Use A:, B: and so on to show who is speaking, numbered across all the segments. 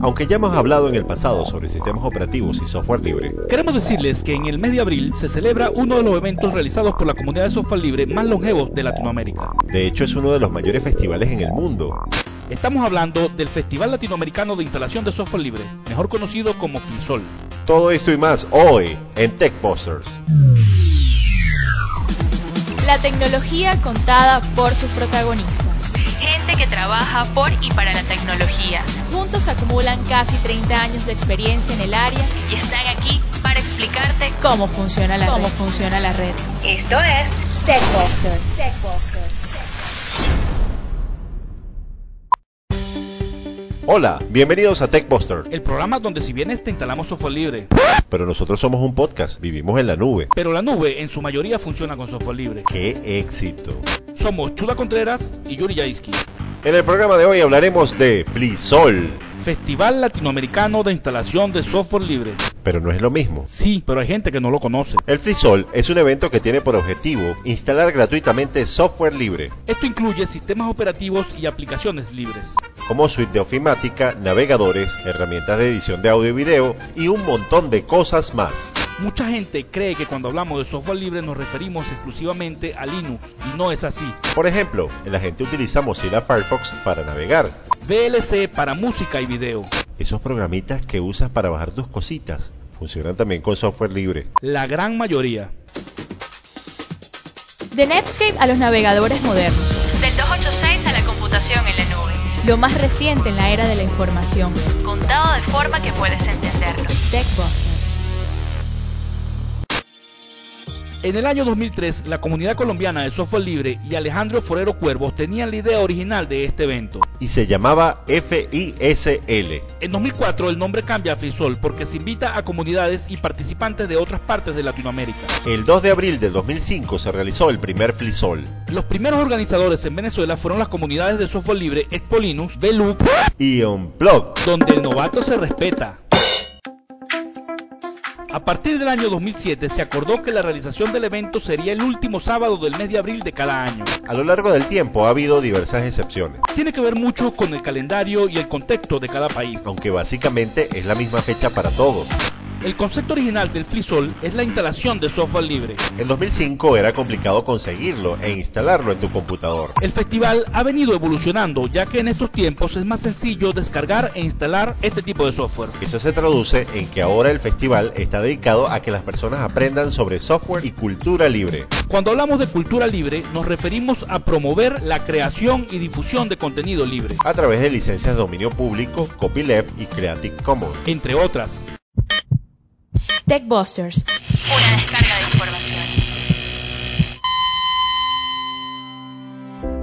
A: Aunque ya hemos hablado en el pasado sobre sistemas operativos y software libre,
B: Queremos decirles que en el mes de abril se celebra uno de los eventos realizados por la comunidad de software libre más longevos de Latinoamérica.
A: de hecho es uno de los mayores festivales en el mundo.
B: Estamos hablando del Festival Latinoamericano de Instalación de Software Libre, mejor conocido como FISOL.
A: Todo esto y más hoy en TechBusters.
C: La tecnología contada por sus protagonistas.
D: Gente que trabaja por y para la tecnología
C: Juntos acumulan casi 30 años de experiencia en el área,
D: y están aquí para explicarte
C: cómo funciona la red. Funciona la red.
D: Esto es
A: Hola, bienvenidos a TechBusters.
B: El programa donde si vienes te instalamos software libre,
A: Pero nosotros somos un podcast, vivimos en la nube.
B: pero la nube en su mayoría funciona con software libre.
A: ¡Qué éxito!
B: Somos Chula Contreras y Yuri Yaisky.
A: En el programa de hoy hablaremos de Blisol.
B: Festival Latinoamericano de Instalación de Software Libre.
A: Pero no es lo mismo.
B: Sí, pero hay gente que no lo conoce.
A: El FreeSol es un evento que tiene por objetivo instalar gratuitamente software libre,
B: Esto incluye sistemas operativos y aplicaciones libres.
A: como suite de ofimática, navegadores, herramientas de edición de audio y video y un montón de cosas más.
B: Mucha gente cree que cuando hablamos de software libre nos referimos exclusivamente a Linux y no es así.
A: Por ejemplo, la gente utiliza Mozilla Firefox para navegar,
B: VLC para música y video.
A: esos programitas que usas para bajar tus cositas. Funcionan también con software libre.
B: La gran mayoría.
C: De Netscape a los navegadores modernos,
D: del 286 a la computación en la nube,
C: lo más reciente en la era de la información.
D: contado de forma que puedes entenderlo.
C: TechBusters.
B: En el año 2003, la comunidad colombiana de software libre y Alejandro Forero Cuervos tenían la idea original de este evento.
A: Y se llamaba FISL.
B: En 2004 el nombre cambia a FISOL porque se invita a comunidades y participantes de otras partes de Latinoamérica.
A: El 2 de abril del 2005 se realizó el primer FreeSol
B: Los primeros organizadores en Venezuela fueron las comunidades de software libre Expo Linux, VLOOP,
A: y Unplugged.
B: donde el novato se respeta. A partir del año 2007 se acordó que la realización del evento sería el último sábado del mes de abril de cada año.
A: A lo largo del tiempo ha habido diversas excepciones,
B: Tiene que ver mucho con el calendario y el contexto de cada país.
A: aunque básicamente es la misma fecha para todos.
B: El concepto original del FreeSol es la instalación de software libre.
A: En 2005 era complicado conseguirlo e instalarlo en tu computador.
B: El festival ha venido evolucionando ya que en estos tiempos es más sencillo descargar e instalar este tipo de software.
A: Eso se traduce en que ahora el festival está dedicado a que las personas aprendan sobre software y cultura libre.
B: Cuando hablamos de cultura libre nos referimos a promover la creación y difusión de contenido libre,
A: a través de licencias de dominio público, copyleft y Creative Commons.
B: entre otras.
C: TechBusters.
D: Una descarga de información.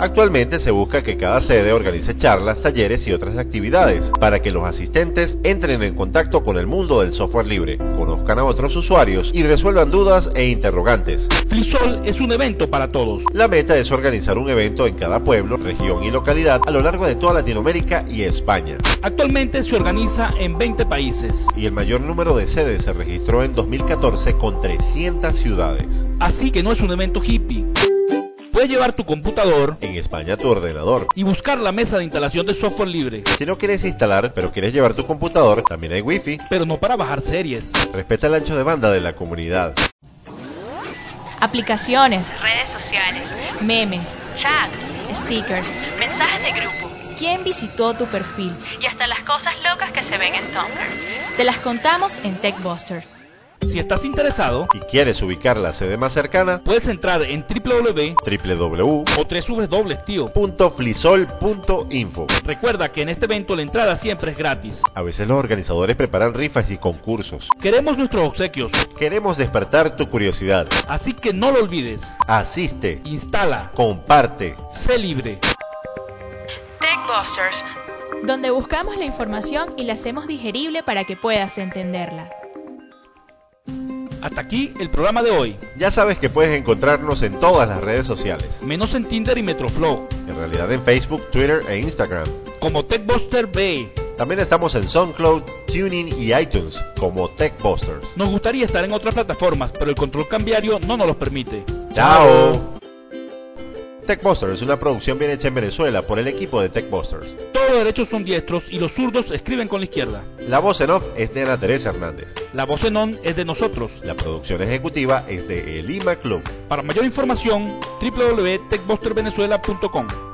A: Actualmente se busca que cada sede organice charlas, talleres y otras actividades para que los asistentes entren en contacto con el mundo del software libre, conozcan a otros usuarios y resuelvan dudas e interrogantes.
B: FreeSol es un evento para todos.
A: La meta es organizar un evento en cada pueblo, región y localidad a lo largo de toda Latinoamérica y España.
B: Actualmente se organiza en 20 países.
A: Y el mayor número de sedes se registró en 2014 con 300 ciudades.
B: Así que no es un evento hippie. Puedes llevar tu computador
A: En España tu ordenador.
B: y buscar la mesa de instalación de software libre,
A: Si no quieres instalar, pero quieres llevar tu computador, también hay wifi.
B: pero no para bajar series.
A: Respeta el ancho de banda de la comunidad.
C: Aplicaciones,
D: Redes sociales,
C: memes,
D: chat,
C: stickers.
D: mensajes de grupo
C: ¿Quién visitó tu perfil?
D: y hasta las cosas locas que se ven en Tumblr.
C: Te las contamos en TechBusters.
B: Si estás interesado,
A: y quieres ubicar la sede más cercana,
B: puedes entrar en www o tres subes dobles, tío.
A: www.flisol.info.
B: Recuerda que en este evento la entrada siempre es gratis.
A: A veces los organizadores preparan rifas y concursos.
B: Queremos nuestros obsequios,
A: Queremos despertar tu curiosidad.
B: así que no lo olvides.
A: Asiste,
B: Instala,
A: comparte.
B: sé libre.
D: Techbusters,
C: donde buscamos la información y la hacemos digerible para que puedas entenderla.
B: Hasta aquí el programa de hoy,
A: Ya sabes que puedes encontrarnos en todas las redes sociales.
B: menos en Tinder y Metroflow,
A: En realidad en Facebook, Twitter e Instagram.
B: como TechBuster B.
A: También estamos en SoundCloud, TuneIn y iTunes como TechBusters.
B: Nos gustaría estar en otras plataformas, pero el control cambiario no nos los permite.
A: ¡Chao! Techbusters es una producción bien hecha en Venezuela por el equipo de Techbusters.
B: Todos los derechos son diestros y los zurdos escriben con la izquierda.
A: La voz en off es de Ana Teresa Hernández.
B: La voz en on es de nosotros.
A: La producción ejecutiva es de Elima Club.
B: Para mayor información, www.techbustervenezuela.com.